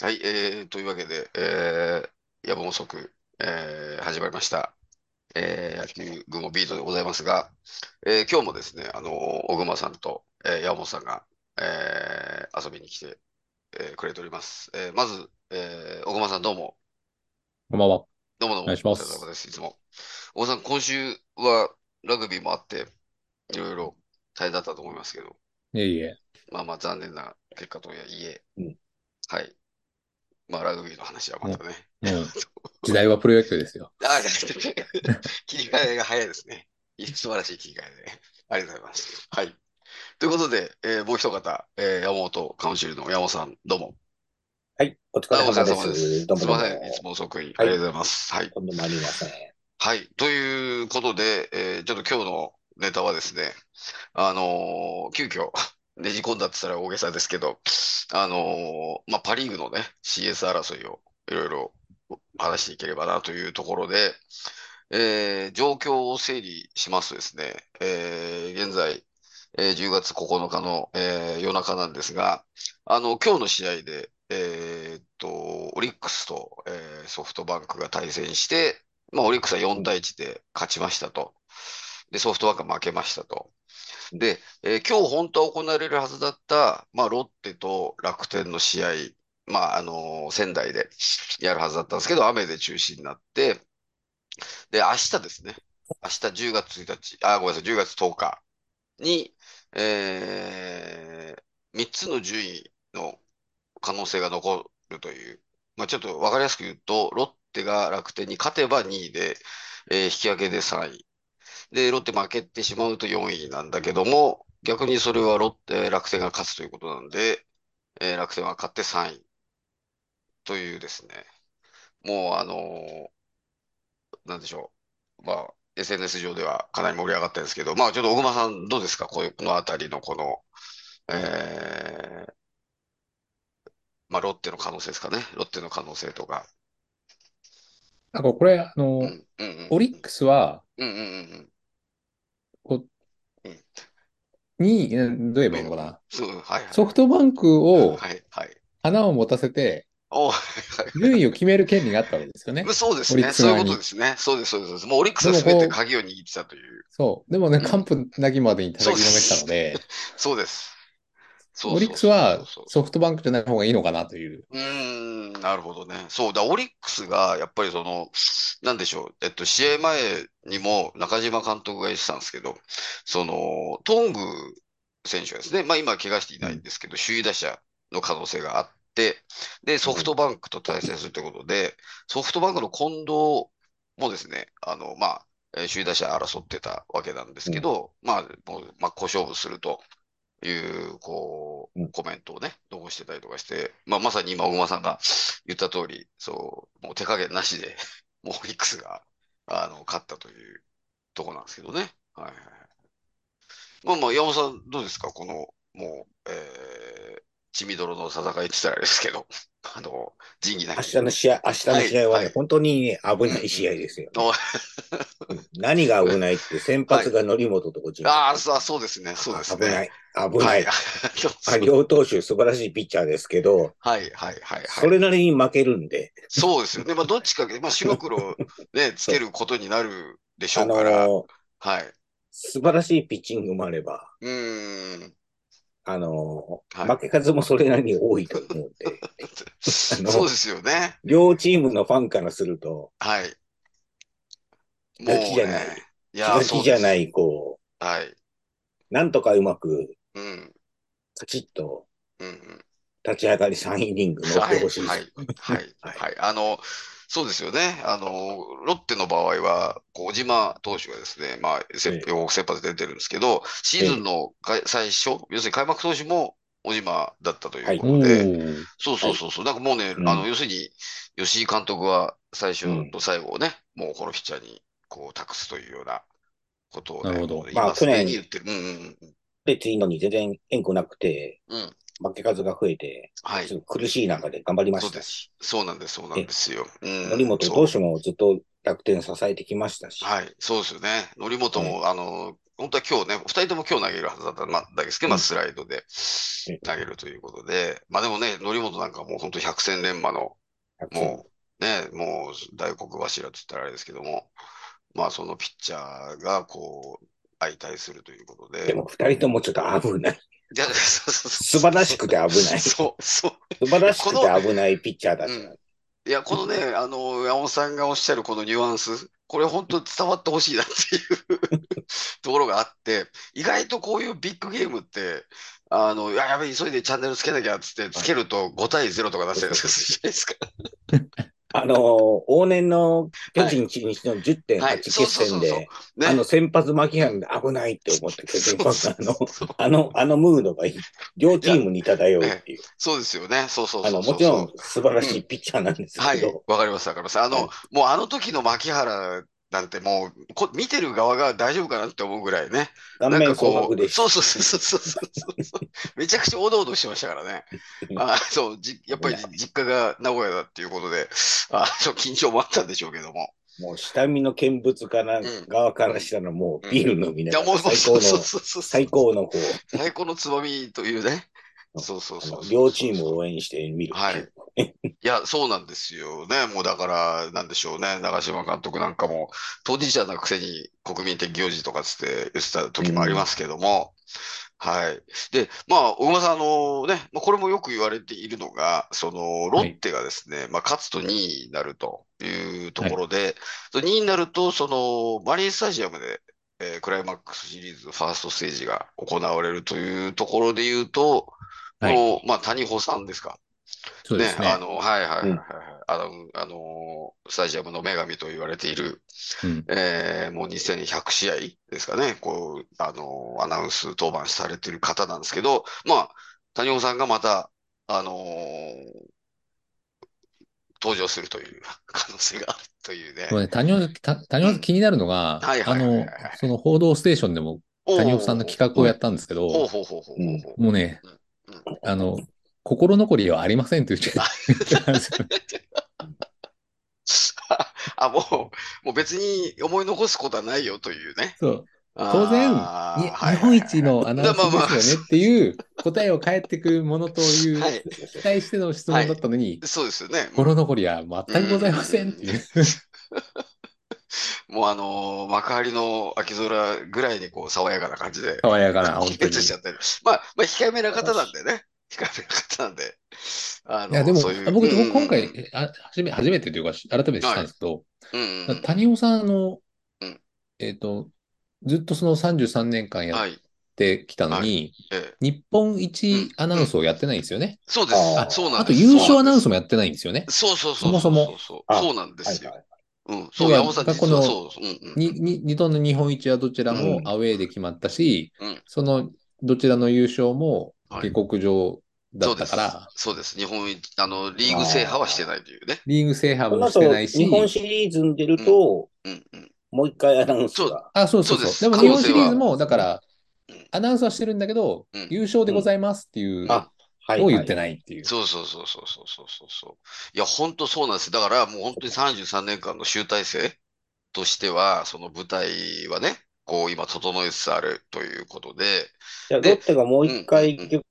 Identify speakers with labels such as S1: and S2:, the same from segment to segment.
S1: はい、えー、というわけで、えー、夜も遅く、えー、始まりました。えー、野球雲ビートでございますが、えー、今日もですね、あのー、小熊さんと、えー、山本さんが、えー、遊びに来て、えー、くれております。えー、まず、えー、小熊さんどうも、
S2: こんばんは。お
S1: どうもどう
S2: 願
S1: も、
S2: いしま
S1: お疲れ様
S2: す。
S1: です、いつも。小熊さん、今週はラグビーもあって、いろいろ大変だったと思いますけど、
S2: いえいえ。
S1: まあまあ残念な結果とはいえ、
S2: うん。
S1: はい、まあラグビーの話はま
S2: も
S1: たね。
S2: う、うん。時代はプロ野球 ですよ。
S1: あ、切り替えが早いですね。いや素晴らしい切り替えで。ありがとうございます。はい。ということで、えーもう一方、えー山本カウンシルの山本さん、どうも。
S3: はい、お疲れ
S1: あ、お疲れ
S3: 様で
S1: 様
S3: す。
S1: です。
S3: どう
S1: す
S3: も
S1: い
S3: どう
S1: ません。いつ
S3: も。
S1: も遅くにあ
S3: は
S1: りがと
S3: い、
S1: うございます。はい。
S3: とんでもありません。
S1: はい。ということで、えーちょっと今日のネタはですね、あのー急遽、 ねじ込んだって言ったら大げさですけど、あのーまあ、パ・リーグのね、CS 争いをいろいろ話していければなというところで、えー状況を整理しますとですね、えー現在、えー10月9日の、えー夜中なんですが、あの、今日の試合で、えーっと、オリックスと、えーソフトバンクが対戦して、まあ、オリックスは
S3: う
S1: 4
S3: ん、
S1: 対1で勝ちましたと。で、ソフトバンクは負けましたと。
S3: うん、
S1: で、えー今日本当は行われるはずだった、まあ、ロッテと楽天の試合、まあ、あのー仙台でやるはずだったんですけど、雨で中止になって、で、明日ですね。明日10月1日、あ、ごめんなさい、10月10日に、えー、3つの順位の可能性が残るという、まあ、ちょっとわかりやすく言うと、ロッテが楽天に勝てば2位で、えー引き分けで3位。で、ロッテ負けてしまうと4位なんだけども、逆にそれはロッテ、楽天が勝つということなんで、えー楽天は勝って3位というですね、もうあのーなんでしょう。まあ、SNS 上ではかなり盛り上がったんですけど、まあ、ちょっと小熊さん、どうですかこういう、このあたりのこの、えー、まあ、ロッテの可能性ですかね。ロッテの可能性とか。
S2: なんかこれ、あ
S1: う
S2: の、
S1: ん、うん、うん、
S2: オリックスは、
S1: うん、うん、うん、うん、
S2: こう、
S1: うん、
S2: に、うんどう言え
S1: う
S2: ばいい
S1: ん、
S2: のかな。
S1: そう、はい、はい、
S2: ソフトバンクを
S1: はい、はい。
S2: 花を持たせて、
S1: おー、はい、はい。
S2: 順位を決める権利があったわけですよ
S1: ま
S2: ね。
S1: あそうで
S2: オ
S1: す
S2: リッ
S1: ね。
S2: クス
S1: そういう
S2: 側
S1: ことで
S2: に。
S1: すね。そうです、そうです。そうですもうオリックス
S2: で
S1: は
S2: も
S1: 全て
S2: こう、
S1: 鍵を握ってたという。
S2: そう。でもね、
S1: う
S2: 完
S1: ん、
S2: 膚なきまでに
S1: そうで
S2: 叩きのめしたの
S1: す。
S2: で、
S1: そうです。そう
S2: オリッ
S1: そう
S2: クス
S1: そうそう
S2: は
S1: そう。
S2: ソフトバンクじゃない方がいいのかなという。
S1: うーん、なるほどね。そうだ、オリックスが、やっぱりその、なんでしょう、えっと、試合前にも中島監督が言ってたんですけど、その、頓宮選手はですね、まあ今、怪我していうないん
S2: ん。
S1: ですけど、首位打者の可能性があって、で、ソ
S3: う
S1: フ
S3: ん、
S1: トバンクと対戦するということで、ソフトバンクの近藤もですね、あの、まあ、えー首位打者争ってたわけなんです
S3: う
S1: け
S3: ん、
S1: ど、まあ、もう、まあ、小勝負すると。いう、こう、
S3: うん、
S1: コメントをね、残してたりとかして、まあ、まさに今、小熊さんが言った通り、そう、もう手加減なしで、 もうオリックスが、あの、勝ったというとこなんですけどね。はいはいはい。まあまあ、山本さん、どうですかこの、もう、えー、血みどろの戦いって言ったらあれですけど、 あの、仁義な
S3: 明
S1: き。
S3: 日の試合、明日
S1: は
S3: の
S1: い、
S3: 試合は
S1: は
S3: ね、
S1: い。
S3: 本当にね、
S1: う
S3: 危
S1: んう
S3: ない試合
S1: ん。
S3: ですよね。
S1: お
S3: うん、何が危ないって、先
S1: は
S3: 発
S1: い。
S3: が則本と落合
S1: ああ、
S3: なん
S1: そう
S3: で
S1: あ
S3: す
S1: そうですね、そうで
S3: よ。あ
S1: す
S3: 危な
S1: ね。
S3: い、危
S1: は。
S3: ないい。
S1: そう
S3: まあ、
S1: そう。
S3: 両投手素晴らしいピッチャーですけど、
S1: はい、はい、はい、は
S3: そ
S1: い。
S3: れなりに負けるんで。
S1: そうですよね。まあ、どっちかが、まあ、白黒、ね、つけ
S3: そう。
S1: ることになるでしょ
S3: あ
S1: うから、
S3: のー
S1: はい。
S3: 素晴らしいピッチングもあれば、
S1: うーん、
S3: あの
S1: は
S3: ー負
S1: い。
S3: け数もそれなりに多いと思うん で、あ
S1: そう
S3: の、
S1: ですよね。
S3: 両チームのファンからすると、
S1: はい。
S3: 気が気
S1: もう
S3: じゃ
S1: ね、
S3: ない、
S1: い
S3: 気
S1: やー、
S3: が
S1: そう
S3: 気じ
S1: で
S3: ゃな
S1: す。
S3: い、こ
S1: はい。
S3: う、なんとかうまく、
S1: うん、
S3: カチッと
S1: うん、うん。
S3: 立ち上がり3イニング乗っ
S1: は
S3: てほ
S1: い、
S3: しいで
S1: は
S3: す。
S1: い、はい、
S3: はい。
S1: はい。あの、そうですよね。あの、ロッテの場合は、小島投手がですね、まあ、先
S3: え
S1: よく先発で出てるんですけど、シーズン
S3: えええ
S1: の開最初、要するに開幕投手も小島だったという
S3: は
S1: こ
S3: い。
S1: とで、
S2: おー。
S1: そう
S3: は
S1: そう
S3: い。
S1: そうそう。なんかもうね、
S3: う
S1: あの、
S3: ん。
S1: 要するに、吉井監督は最
S3: う
S1: 初
S3: ん。
S1: と最後をね、もうこのピッチャーにこう託すというようなことを
S2: なる
S1: ね、
S2: ほ
S1: も
S2: ど。
S1: う
S3: まあ、
S1: 今
S3: 去
S1: すでに言
S3: 年、
S1: ってる。うんうんうん。
S3: で、次のに全然縁故なくて、
S1: うん。
S3: 負け数が増えて、
S1: は
S3: ち
S1: い。
S3: ょっと苦しい中で頑張りま
S1: そう
S3: し
S1: で
S3: た
S1: す。
S3: し、
S1: そうなんです。そうなんで
S3: え、
S1: すよ。う
S3: 則
S1: ん。
S3: 本投
S1: そ
S3: 手もずっと楽天支えてきました
S1: う。
S3: し、
S1: はい。そうですよね。則本
S3: ええ、
S1: も、あの、本当は今日ね、二人とも今日投げるはずだったんだですけど、まあ、スライドで投げるということで、まあでもね、則本なんかもう本当百戦錬磨の、もう、ね、もう大黒柱って言ったらあれですけども、まあそのピッチャーがこう、相対するということで。
S3: でも二人ともちょっと 危ない。
S1: いやそうそうそ
S3: 素
S1: う
S3: 晴らしくて危ない。素
S1: そう、そう。
S3: 晴らしくて危ないピッチャーだった。
S1: うんいや、このね、あの、山本さんがおっしゃるこのニュアンス、これ本当伝わってほしいなっていう ところがあって、意外とこういうビッグゲームって、あの、いや、やべえ、急いでチャンネルつけなきゃっつって、つけると5対0とか出したりするじゃないですか。
S3: あのー、往年の巨人一日
S1: は
S3: の10.8
S1: いそうそう
S3: 決
S1: そ
S3: 戦
S1: うそう
S3: で、
S1: ね。
S3: あの先発巻きなんで危ないって思 って、巨人ファンが
S1: そうそう
S3: あの、あの、あのムードがいい。両チームに漂うっていう。
S1: そうですよね。そうそう
S3: あ
S1: そ
S3: の、
S1: うそう。
S3: もちろん素晴らしいピッチャーなんです
S1: は
S3: け
S1: い
S3: ど、、
S1: わかります、わかります。あの、
S3: はい
S1: もうあの時の牧原なんてもうこ、見てる側が大丈夫かなって思うぐらいね。
S3: 顔
S1: なん
S3: 面
S1: かこ
S3: 蒼白
S1: う、
S3: でし
S1: そうそうそうそうそうそう。めちゃくちゃおどおどしてましたからね。あそう、じ、やっぱり実家が名古屋だっていうことで、あ、そう、緊張もあったんでしょうけども。
S3: た。もう下見の見物かな、
S1: ん
S3: 側からしたらもうビール飲み
S1: い
S3: な
S1: や、
S3: が
S1: もう、
S3: ら
S1: もう
S3: 最
S1: そ
S3: 高
S1: うそう
S3: の、
S1: そうそう。
S3: 最高のこう、
S1: 最高のつまみというね。そうそう
S3: あ
S1: そう
S3: の
S1: そう。
S3: 両チームを応援して見るっていう。
S1: いや、そうなんですよね。もうだから、なんでしょうね。長嶋監督なんかも、当事者なくせに国民的行事とかつって言ってた時もありますけども。はい。で、まあ、小熊さん、あのね、まあ、これもよく言われているのが、その、ロッテがですね、まあ、勝つと2位になるというところで、その2位になると、その、マリンスタジアムで、えークライマックスシリーズファーストステージが行われるというところで言うと、
S2: はい
S1: このまあ、谷保さんですか。
S2: そうですね
S1: あ。の、はいはいはいはい、
S3: うん
S1: あの、あのースタジアムの女神と言われている、
S2: うん
S1: えーもう2100試合ですかね、こう、あのーアナウンス登板されている方なんですけど、まあ、谷尾さんがまた、あのー登場するという可能性があるというね
S2: で。もね、谷尾、た谷尾気になるのが、
S1: はい
S2: あ
S1: はいはいはい
S2: の、その報道ステーションでも谷尾さんの企画をやったんですけ
S1: おーほう
S2: ど、
S1: ほうほうほうほうほう。
S2: もうね、あの、心残りはありませんという言っちゃった んですよ。
S1: あ、もう、もう別に思い残すことはないよというね。
S2: そう。当然
S1: あー
S2: に
S1: はい
S2: 日本一のアナウンス
S1: まあまあまあ
S2: ですよねっていう答えを返ってくるものという、
S1: はい
S2: 期待しての質問だったのに、
S1: そうですよね。
S2: 心残りは全くございませんっていう。
S1: もうあのー幕張の秋空ぐらいにこう爽やかな感じで、
S2: 爽やかな、本当
S1: 決
S2: に。
S1: しちゃってる。まあ、まあ、控えめな方なんでね。控えめな方なんで。あの
S2: いや、でも
S1: そういう、
S2: 僕、
S1: うんうんうん
S2: 今回、あ初め、初めてというか、し改めて知ったんですけど、
S1: うんうん
S2: 谷尾さんの
S1: うん、
S2: えっと、ずっとその33年間や
S1: は
S2: っ
S1: い。
S2: てきたのに、
S1: ええ
S2: 日本一アナウンスをやってないんですよね。
S1: そうです。
S3: あー
S1: そうなん
S2: あ
S1: で
S2: と、
S1: す。
S2: 優勝アナウンス
S1: も。
S2: もやってないんですよね。
S1: そうそうそう。
S2: そもそも
S1: そうそう
S3: あ
S1: そうなんで
S3: はい
S1: すよ。
S3: はい
S1: うん。そう、
S2: 要
S1: 山
S2: は
S1: 本さん、
S2: 学校
S1: 実は
S2: の
S1: そう。うんうん。
S2: に、に、二度の日本一はどちらも
S3: うん
S2: アウェーで決まったし、
S1: うん
S2: そのどちらの優勝も
S1: はい
S2: 下克上だったから、
S1: そうです。日本一、あの、リーグ制覇はしてないというね。
S2: リーグ制覇
S3: この
S2: もして
S3: 後、
S2: ないし
S3: 日、本シリーズに出ると、
S1: うんうん。
S3: もう一回アナウンスが。
S2: あ、そうそう
S1: そう
S2: そう。
S1: です
S2: でも
S1: 可
S2: 日
S1: 能
S2: 本
S1: 性
S2: シ
S1: は
S2: リーズも、だから
S1: うん、
S2: アナウンスはしてるんだけど、
S1: うん
S2: 優勝でございますっていう
S3: あ、はい
S2: を
S3: はい
S2: 言ってないっていう。
S1: そうそうそうそうそうそうそうそう。いや、本当そうなんです。だからもう本当に33年間の集大成としては、その舞台はね、こう今整えつつあるということで、
S3: じゃあ
S1: で
S3: ロッテがもう一回、
S1: うんうん
S3: 結局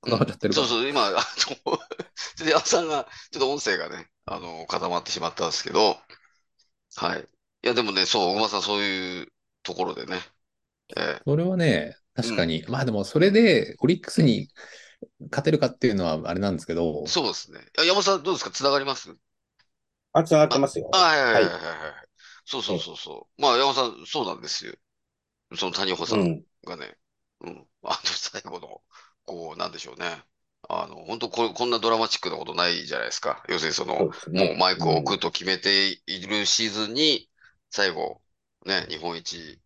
S2: こだわっちゃってる
S1: そ
S2: から
S1: うそう、今、あの、 ちょっと矢野さんが、ちょっと音声がね、あの、固まってしまったんですけど、はい。いや、でもね、そう、小熊さん、そういうところでね、え
S2: それはね、確かに。まあでも、それでオリックスに勝てるかっていうのはあれなんですけど
S1: え、そうですね。いや、山本さん、どうですかつながります
S3: あ、つながってますよ。
S1: あ、はいはいはいはい
S3: は
S1: はい。そうそうそうそう。まあ、山本さん、そうなんですよ。その谷保さ
S3: うんん。
S1: がね、うん、あの最後の、こう、なんでしょうね。あの、本当これ、こんなドラマチックなことないじゃないですか。要するに、その、
S3: そ
S1: も
S3: うです
S1: う
S3: ね。
S1: マイクを置くと決めているシーズンに、最後、ね、日本一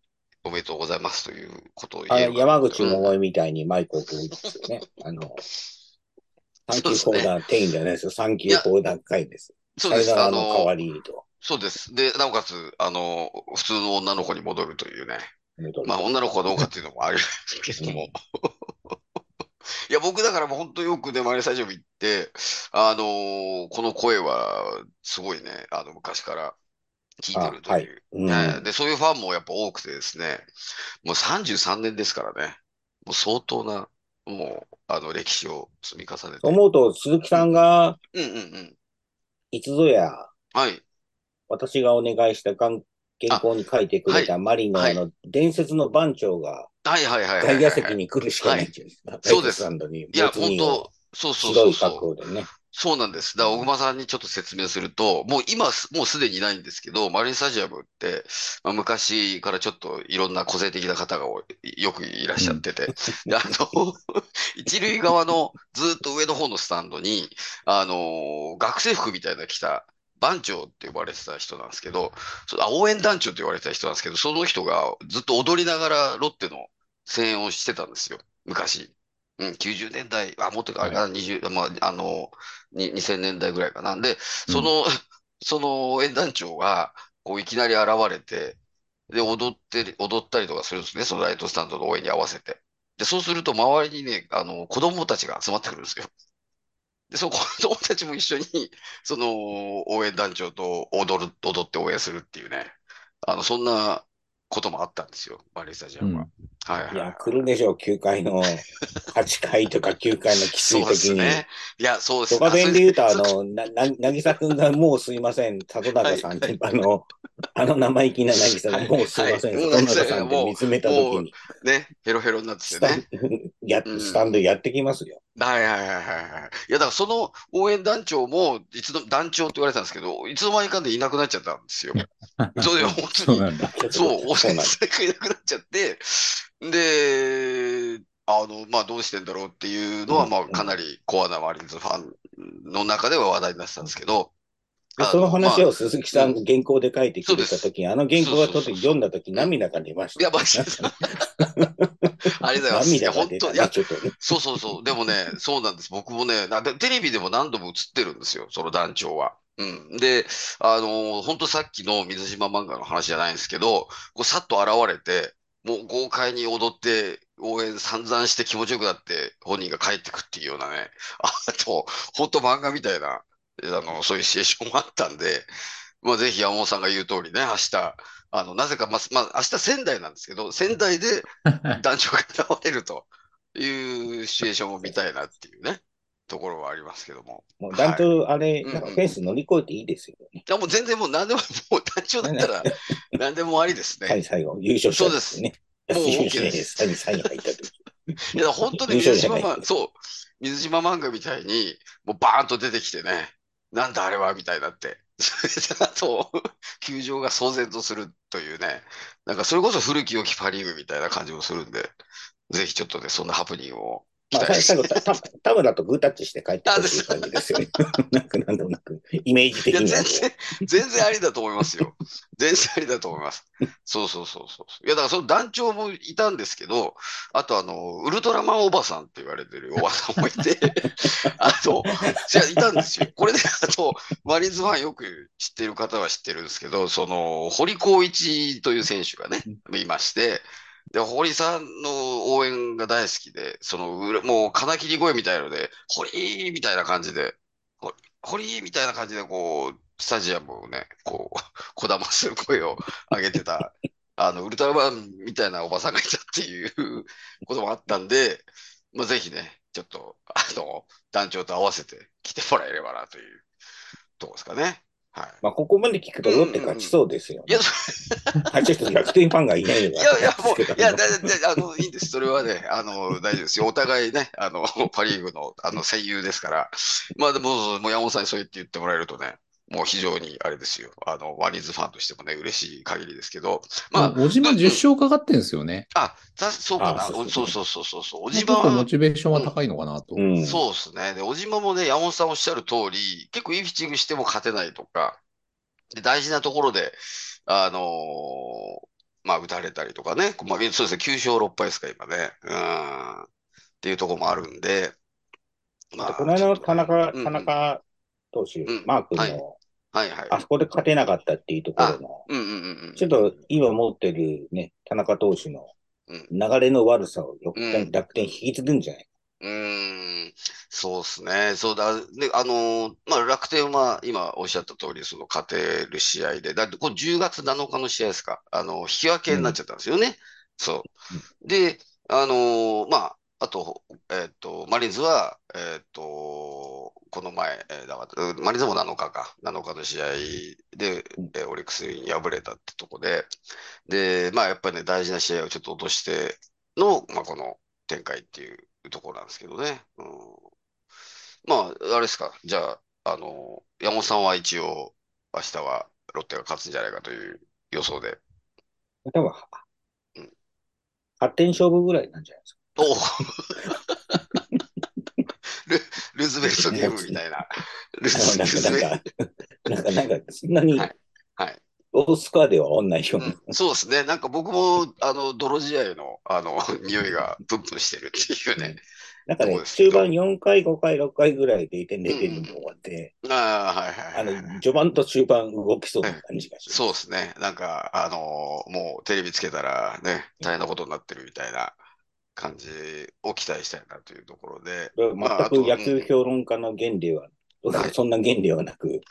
S1: おめでとうございますということを
S3: あ
S1: 言える
S3: の
S1: かな
S3: 山口百恵みたいにマイクを置くんですよね。あの、サンキューフォーダー店員じゃないですよ。サンキューフォーダー会です。
S1: そうです。
S3: さよな
S1: あ
S3: らの代わ
S1: の、
S3: りにと。
S1: そうです。で、なおかつ、あの、普通の女の子に戻 るというね。まあ、女の子かどうかっていうのもあるけれども。いや、僕だからもう本当よくね、マリンスタジアム行って、あのーこの声は、すごいね、あの、昔から聞いてると。
S3: あはいいううん
S1: ねで、そういうファンもやっぱ多くてですね、もう33年ですからね、もう相当な、もう、あの、歴史を積み重ねて。
S3: 思うと、鈴木さんが、
S1: うんうんうん。
S3: いつぞや、
S1: はい。
S3: 私がお願いしたがん原稿に書いてくれたマリノ
S1: は
S3: あ
S1: い
S3: の伝説の番長が
S1: はいはいはいはいはい。
S3: 外野席に来るしかないんじゃないですか。
S1: そうです
S3: ライトスタンドに。
S1: いや、
S3: ボツニ
S1: 本
S3: ーを
S1: 当そうそう
S3: 白
S1: そう
S3: い
S1: そう。
S3: 格好でね。
S1: そうなんです。だから、小熊さんにちょっと説明すると、もう今す、もうすでにないんですけど、マリンスタジアムって、まあ、昔からちょっといろんな個性的な方がおよくいらっしゃってて、であの、一塁側のずっと上の方のスタンドに、あの、学生服みたいなの着た、番長って呼ばれてた人なんですけど、そあ応援団長って呼ばれてた人なんですけど、その人がずっと踊りながらロッテの声援をしてたんですよ、昔。うん、90年代、あ、もっとか、あ20、まあ、あの、に2000年代ぐらいかな。で、その、 その応援団長が、こう、いきなり現れて、で、踊って、踊ったりとかするんですね。そのライトスタンドの応援に合わせて。で、そうすると、周りにね、あの、子供たちが集まってくるんですよ。で、その子供たちも一緒に、その、応援団長と踊る、踊って応援するっていうね。あの、そんなこともあったんですよ。マリンスタジアムは。はいはいい。
S3: や、来るでしょう、9階の、8階とか9階の
S1: そ
S3: 喫
S1: うで
S3: 水
S1: す
S3: 的に。
S1: ね。いや、そうです
S3: ド
S1: ね。あそ
S3: カベ
S1: れ
S3: ンで言うと、あの、 な、な、なぎさくんがもうすいません、里中さんって、あの、あの生意気ななぎさがもうすいません、
S1: はい
S3: 里中さんって見つめたとき
S1: もう
S3: に、
S1: ね、ヘロヘロになって
S3: ス
S1: て
S3: タ
S1: ね
S3: ン。 やっ
S1: うん
S3: スタンドやってきますよ。
S1: はいはいはいはいはい。いや、だからその応援団長も、いつの、団長って言われてたんですけど、いつの間にかでいなくなっちゃったんです よ。そうで、本当
S2: そう
S1: に。
S2: なん だ。
S1: そう、大
S3: そう
S1: 谷
S3: なんです。
S1: さんがいなくなっちゃって、で、あの、まあ、どうしてんだろうっていうのは、
S3: うん
S1: まあ、かなりコアなマリーンズファンの中では話題になってたんですけど、
S3: で
S1: あ
S3: その話
S1: まあ
S3: を鈴木さん、原稿で書いてくれたとき、あの原稿がとって読んだとき、涙が出まし
S1: い
S3: た
S1: や、
S3: よ。
S1: マジで。 ありがとうございます。い
S3: 涙
S1: や、
S3: が
S1: 本
S3: 出
S1: 当、
S3: た
S1: いや
S3: ね、、ちょっとね。
S1: そうそうそう。でもね、そうなんです。僕もね、なでテレビでも何度も映ってるんですよ、その団長は。うん。で、あのー、本当さっきの水島漫画の話じゃないんですけど、こうさっと現れて、もう豪快に踊って、応援散々して気持ちよくなって、本人が帰ってくっていうようなね、 あと、本当漫画みたいな、えあの、そういうシチュエーションもあったんで、まあ、ぜひ山本さんが言う通りね、明日、あの、なぜか、まあ、まあ、明日仙台なんですけど、仙台で団長が倒れるというシチュエーションも見たいなっていうね、ところはありますけども。
S3: もう団長、あれ、
S1: うん
S3: なんかフェンス乗り越えていいですよね。
S1: いや、もう全然もう何でも、もう団長だった ら何でもありですね。
S3: はい、最後、優勝者ね。
S1: そうです
S3: 優
S1: もう
S3: 勝者
S1: OK で
S3: ですす。3位入ったとき。
S1: いや、本当に水島漫画、そう、水島漫画みたいに、もうバーンと出てきてね、なんだあれは、みたいになって。それで、あと、球場が騒然とするというね、なんかそれこそ古き良きパリーグみたいな感じもするんで、ぜひちょっとね、そんなハプニングを期
S3: まあ、
S1: 待して
S3: 最後、たた田村とグータッチして帰ってくる感じですよね。 なんか、なんとなく、イメージ
S1: い
S3: 的
S1: や、
S3: に
S1: 全
S3: は
S1: 然、全然ありだと思いますよ。 全然ありだと思います。そうそうそうそう。いや、だからその団長もいたんですけど、あとあの、ウルトラマンおばさんって言われてるおばさんもいて、 あと、じゃいたんですよ。これで、あと、マリーンズファンよく知ってる方は知ってるんですけど、その、堀光一という選手がね、いまして、で、堀さんの応援が大好きで、その、うらもう、金切り声みたいので、堀みたいな感じで、ほ堀みたいな感じで、こう、スタジアムをね、こう、こだまする声を上げてた、あの、ウルトラマンみたいなおばさんがいたっていうこともあったんで、まあ、ぜひね、ちょっと、あの、団長と合わせて来てもらえればなというとこですかね。はい。
S3: まあ、ここまで聞くとロッテ勝ちそうですよ、
S1: いや、そ
S3: あちょっと逆転ファンがいないの
S1: い
S3: が
S1: やいや、
S3: あ
S1: もう、
S3: れですけど
S1: いや、だ、だ、あの、いいんです。それはね、あの、大丈夫ですよ。お互いね、あの、 パリーグの、あの、戦友ですから。まあ、でも、もう山本さんにそう言って言ってもらえるとね、もう非常に、あれですよ。あの、ワニーズファンとしてもね、嬉しい限りですけど。まあ、
S2: まあ、小島
S1: うん
S2: 10勝かかってるんですよね。
S1: あ、ざそうかな。
S3: あ
S1: お
S3: そ
S1: そうう
S3: です
S1: そうそうそうそう。おじ
S2: 結
S1: ま
S2: 構モ
S1: は、
S2: チベーションは高いのかなと。
S3: うん。
S1: そうですね。で、小島もね、山本さんおっしゃる通り、結構いいピッチングしても勝てないとか、で大事なところで、あのーまあ、打たれたりとかね、まあ、そうですね、9勝6敗ですか、今ね。うん。っていうところもあるんで、まあ、
S3: この間の田
S1: ちょっ
S3: 中、
S1: とね
S3: 田中投手、
S1: うん
S3: マー君の、
S1: はいはいはい。
S3: あそこで勝てなかったっていうところの、
S1: うんうんうんうん。
S3: ちょっと今持ってるね、田中投手の
S1: うん
S3: 流れの悪さを逆転,、
S1: うん
S3: 逆転引き継ぐんじゃない
S1: うーん、そうですね。そうだ。で、あのーまあ、楽天は今おっしゃった通り、その勝てる試合で、だってこれ10月7日の試合ですか。あの、引き分けになっちゃったんですよね。そう。で、あのーまあ、あと、えっと、マリーンズは、えっと、この前、えーだからうんマリーンズも7日か、7日の試合で、えーオリックスに敗れたってとこで、で、まあ、やっぱりね、大事な試合をちょっと落としての、まあ、この展開っていうところなんですけどね。うん、まあ、あれですか、じゃあ、あの、山本さんは一応、明日はロッテが勝つんじゃないかという予想 で。
S3: 多分、は
S1: うん
S3: 発展勝負ぐらいなんじゃないですか。
S1: おおル、ルーズベルトゲームみたいな。ルーズルーズベル
S3: なんか、なんか、なんか、なんかそんなに、
S1: はいはい
S3: 大スコアではおんないような。
S1: うんそうですね。なんか僕も、あの、泥試合の、あの、匂いがプンプンしてるっていうね。
S3: なんか
S1: そう
S3: ね、
S1: ですけ
S3: 中
S1: ど
S3: 盤4回、5回、6回ぐらいで1点、0点で終わって、
S1: ああ、はいはい
S3: あ
S1: はい
S3: の、序盤と中盤動きそうな感じがします。
S1: そうですね。なんか、あのもうテレビつけたらね、大変なことになってるみたいな感じを期待したいなというところで、
S3: 全
S1: まああと
S3: く野球評論家の原理は、
S1: はい
S3: そんな原理は なく、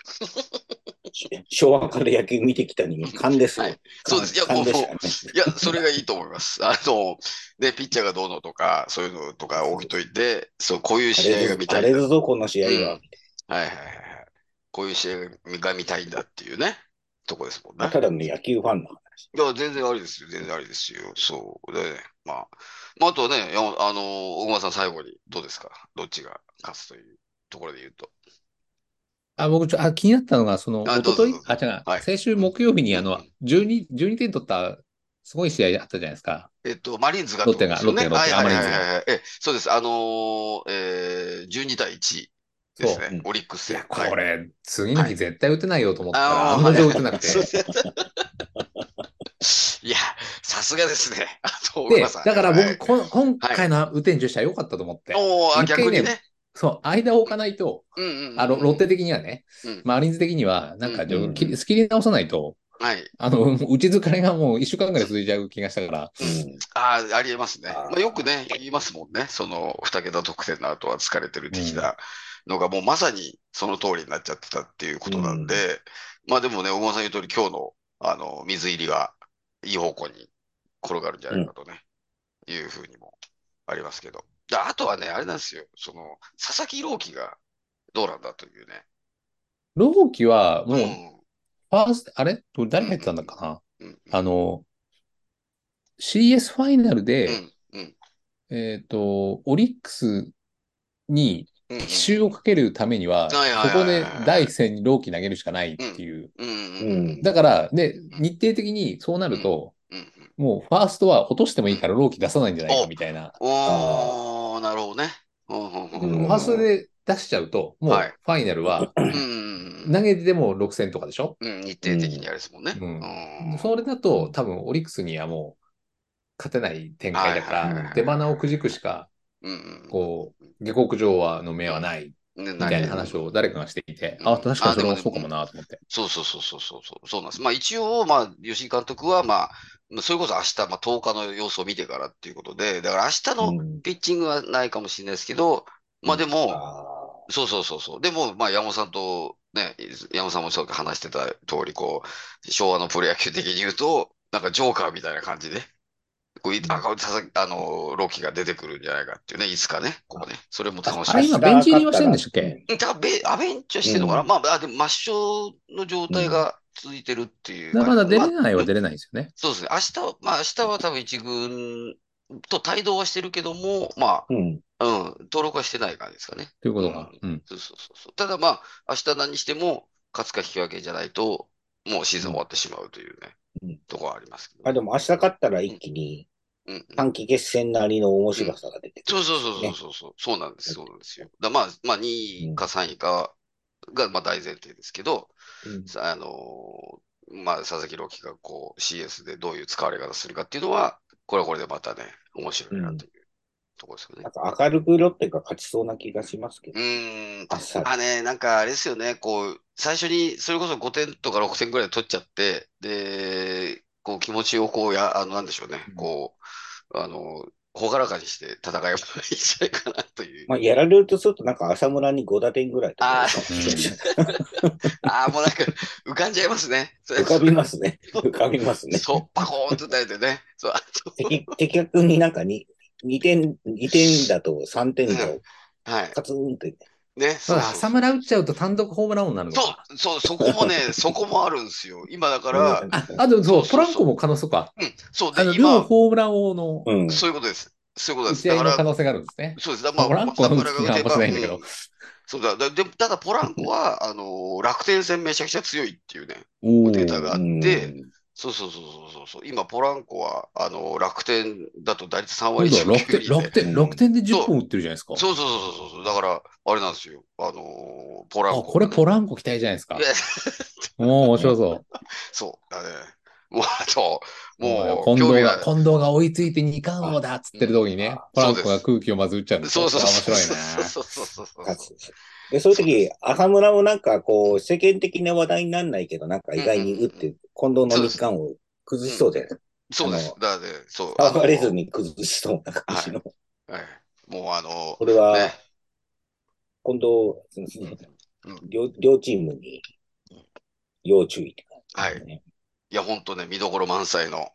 S3: し昭和から野球見てきた人間、勘ですよ
S1: はいそうですいや
S3: 勘
S1: もう
S3: しかね
S1: いや、それがいいと思います。 あの、ね、ピッチャーがどうのとか、そういうのとか置いといて、そう、こういう
S3: あ
S1: 試合
S3: れ
S1: が
S3: ぞ
S1: 見た
S3: あ
S1: いん
S3: れ
S1: だ。
S3: ぞ、この試合
S1: う
S3: は
S1: ん。はいはいはいはい。こういう試合が見たいんだっていうね、とこですもんね。
S3: ただの野球ファンの話。
S1: いや、全然ありですよ。全然ありですよ。そう。で、まあ、まあ、あとはね、山本あの、小熊さん最後にどうですかどっちが勝つというところで言うと。
S2: あ、僕ちょ、あ、気になったのが、その、
S1: あ
S2: 一
S1: どうぞど
S2: 昨日
S1: うぞ
S2: あ、違う、
S1: はい
S2: 先週木曜日に、あの
S1: うん、
S2: 12、12点取った、すごい試合あったじゃないですか。
S1: えっと、マリーンズがってことですよね。
S2: ロッテがロッテが
S1: はい
S2: ロッ
S1: は
S2: テ
S1: い
S2: が
S1: はいはいはい。え、そうです。あのーえー、12対1です
S2: そう
S1: ね。
S3: うん
S1: オリックス
S2: い
S1: 戦。
S2: や、こ
S1: はい。
S2: れ、次の日絶対打てないよと思ったら、
S1: あー
S2: 案の定打てなくて。
S1: はいいや、さすがですね。あと、小
S2: で、
S1: 熊さん。
S2: だから
S1: は
S2: 僕、
S1: い
S2: この今回の雨天重視は良かったと思って。
S1: おー、あ、
S2: 一
S1: 逆
S2: 回ね
S1: にね。
S2: そう、間を置かないと、
S1: うんうんうん。
S2: あの、ロッテ的にはね、
S1: うん
S2: マリーンズ的には、なんか、ち
S3: うんう
S2: ょ
S3: ん
S2: き仕切り直さないと、
S1: はい。
S2: あの、打ち疲れがもう一週間ぐらい続いちゃう気がしたから、
S3: うん
S1: ああ、ありえますね。
S3: あー
S1: まあ、よくね、言いますもんね。その2桁得点の後は疲れてる的なのが、もうまさにその通りになっちゃってたっていうことなんで、まあでもね、小川さん言う通り、今日の、あの、水入りがいい方向に転がるんじゃないかとね、いうふうにもありますけど。であとはね、あれなんですよ。その、佐々木朗希がどうなんだというね。
S2: ローキは、もう、フ
S1: ん
S2: ァースト、あれ誰入ってたんだかな
S1: うん
S2: あの、CS ファイナル
S1: う
S2: で、
S1: んうん
S2: えっと、オリックスに
S1: うん
S2: 奇襲をかけるためには、そ
S1: はいはいはい
S2: こで第一戦に朗希投げるしかないっていう。
S1: うんうん
S3: う
S1: うん
S3: ん
S2: だから、で、日程的にそうなると、
S1: うん
S2: もうファーストは落としてもいいから朗希出さないんじゃないかみたいな。
S1: おー、なるほどね。うんうん
S2: フ
S1: うん
S2: ァーストで出しちゃうと、もう
S1: はい
S2: ファイナルは
S1: うん
S2: 投げても6戦とかでしょ
S1: うん、日程的にあれですもんね。
S2: うん
S1: うん
S2: それだと多分オリックスにはもう勝てない展開だか
S1: はいはい
S3: は
S2: ら
S3: い
S2: 手花をくじくしか
S1: うん
S2: こう下克上はの目はない
S1: うんね
S2: みたいな話を誰かがしていてあ確かにそれはそうかもなと思って
S1: そうそうそうそうそうそう、そうなんです。まあ一応、まあ、吉井監督は、まあ、それこそ明日、まあ10日の様子を見てからっていうことで、だから明日の
S3: うん
S1: ピッチングはないかもしれないですけど、まあでも、
S3: あ
S1: そうそうそうそう。でも、まあ、山本さんと、ね、山本さんもそう話してた通り、こう、昭和のプロ野球的に言うと、なんかジョーカーみたいな感じで、こう、いあ、こう佐々木あの、ロキが出てくるんじゃないかっていうね、いつかね、ここね、それも楽し
S2: あ
S1: み
S2: れ
S1: で
S2: 今
S1: す。
S2: ベンチ入りはしてるんでしたっけ
S1: だからベ、アベンチはしてるのかな、
S3: うん
S1: まあ、あでも抹消の状態が続いてるっていう。
S2: だからまだ出れ
S1: まあ
S2: ないは出れないですよね
S1: そうですね。明日は、まあ、明日は多分一軍と帯同はしてるけども、ま
S3: うん。
S1: あ、うん、登録はしてない感じですかね。
S2: ということがうん
S1: そうそうそうそう。ただまあ、明日何しても、勝つか引き分けじゃないと、もうシーズン終わってしまうというね、
S3: うん
S1: とこはありますけど。
S3: あ、でも明日勝ったら一気に
S1: うんうん
S3: 短期決戦なりの面白さが出てくる。
S1: そうそうそうそうそうそう、そうなんです、そうなんですよ。だまあ、まあ、2位か3位かが、まあ、大前提ですけど、
S3: うん
S1: さあのーまあ、佐々木朗希がこう CS でどういう使われ方するかっていうのは、これはこれでまたね、面白いなというところですよね
S3: なん。か明るくロッテが勝ちそうな気がしますけ
S1: う
S3: ど。
S1: ーん。
S3: あっさり。
S1: あ、ね、なんかあれですよね、こう、最初にそれこそ5点とか6点ぐらい取っちゃって、で、こう気持ちをこうや、あの、なんでしょうね
S2: う、ん
S1: こう、あの、ほがらかにして戦えばいいんじゃないかなという。
S3: まあ、やられるとすると、なんか浅村に5打点ぐらいとか
S1: あああ、もうなんか浮かんじゃいますね。それ
S3: 浮かびますね。浮かびますね。
S1: そう、パコーンと打たれてね。そう、あと
S3: 敵敵役になんか 2, 二点、二点だと3点だと、
S1: はい。
S3: カツンって。
S1: ね、
S2: そうだ、浅村打っちゃうと単独ホームラン王になるの
S1: そ
S2: か。
S1: う、そう、そこもね、そこもあるんですよ。今だから、
S2: あ、あ、でも
S1: そそう
S2: そう
S1: そ
S2: う、
S1: う
S2: ポランコも可能性か。
S1: うん、そう
S2: あ
S1: で、
S2: の、両
S1: 今、
S2: ホームラン王の
S3: うん。
S1: そういうことです。そういうこと
S2: 打
S1: です。
S2: ち
S1: だ
S2: 合
S1: か
S2: いの可
S1: ら、
S2: 能性があるんですね。
S1: そうです。だ
S2: ま
S1: ま
S2: あ
S1: あ、
S2: ポランコは打
S1: まあ
S2: つ気があんましないんだけ
S1: う
S2: ど
S1: ん。そうだ。だでもただ、ポランコは、あのー楽天戦めちゃくちゃ強いっていうね、
S2: お
S1: データがあって、
S3: うん
S1: そうそうそうそうそうそう。今、ポランコは、あのー楽天だと打率3
S2: そう
S1: 割
S2: だ、
S1: 1分
S2: 楽
S1: 9厘
S2: 天、
S1: で
S2: 楽。天、楽天で
S1: そう
S2: 10本打ってるじゃないですか。
S1: そうそうそうそうそう。だから、あれなんですよ。あのーポラン
S2: あ、
S1: コ。
S2: これポランコ期待じゃないですか
S1: い。や
S2: もう面白そう。
S1: そうだね。もう、あと、もう、
S2: 近
S1: 興味
S2: 藤
S1: が
S2: が、。近藤が追いついて二冠王だっつってる時にね、ポランコが空気をまず打っちゃうんです
S1: そうそうそう。
S2: 面白いね。
S1: そうそうそうそうそう
S3: 勝つで、そういう時、浅村もなんかこう、世間的な話題にならないけど、なんか意外に打って、近藤の日間を崩しそうで、
S1: そうです。だからね、そう。
S3: 触われず
S1: に。
S3: に崩しそうな感じの。
S1: はいもう、あの
S3: これは、
S1: ね。
S3: 今度、両両チームに要注意って感じですね。
S1: いや、ほんとね、見どころ満載の。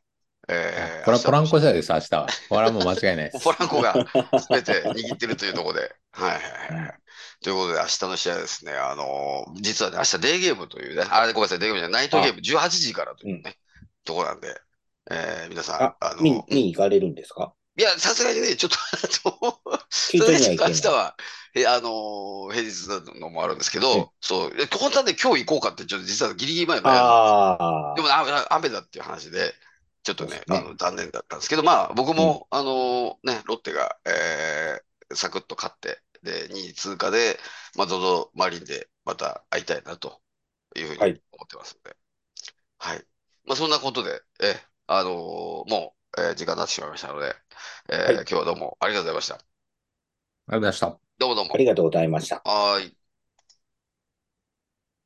S1: えー
S2: これはポランコ
S1: 明日
S2: 次第です、明日は。これはもう間違いないで
S1: も
S2: す。
S1: ポランコが全て握ってるというところで。はいはいはい。ということで、明日の試合はですね、あのー実はね、明日デーゲームというね、あ、ごめんなさい、デーゲームじゃない、ナイトゲーム18時からというね、ところなんで、えー皆さん、
S3: あ
S1: あ、の
S3: 見に、
S1: うん
S3: 見に行かれるんですか
S1: いや、さすがにね、ちょっと、あの、
S3: 聞いてみない
S1: に
S3: いけな
S1: 関
S3: い
S1: しては、え、あの、平日なのもあるんですけ
S3: うん
S1: ど、そう、え、本当はね、今日行こうかって、ちょっと実はギリギリ前まで、
S3: あ
S1: でもね雨だ雨だっていう話で、ちょっとね、
S3: そうです
S1: あの、残念だったんですけど、まあ、僕も、あの、ね、ロッテが、えーサクッと勝って、で、2位通過で、まあ、ZOZO マリンで、また会いたいなというふうに
S3: は
S1: 思っ
S3: い
S1: てますので、はい。まあ、そんなことで、え、あのーもう、えー時間になってしまいましたので、えー
S3: はい
S1: 今日はどうもありがとうございました。
S2: ありがとうございました。
S1: どうもどうも
S3: あ、あ。りがとうございました。
S1: はーい。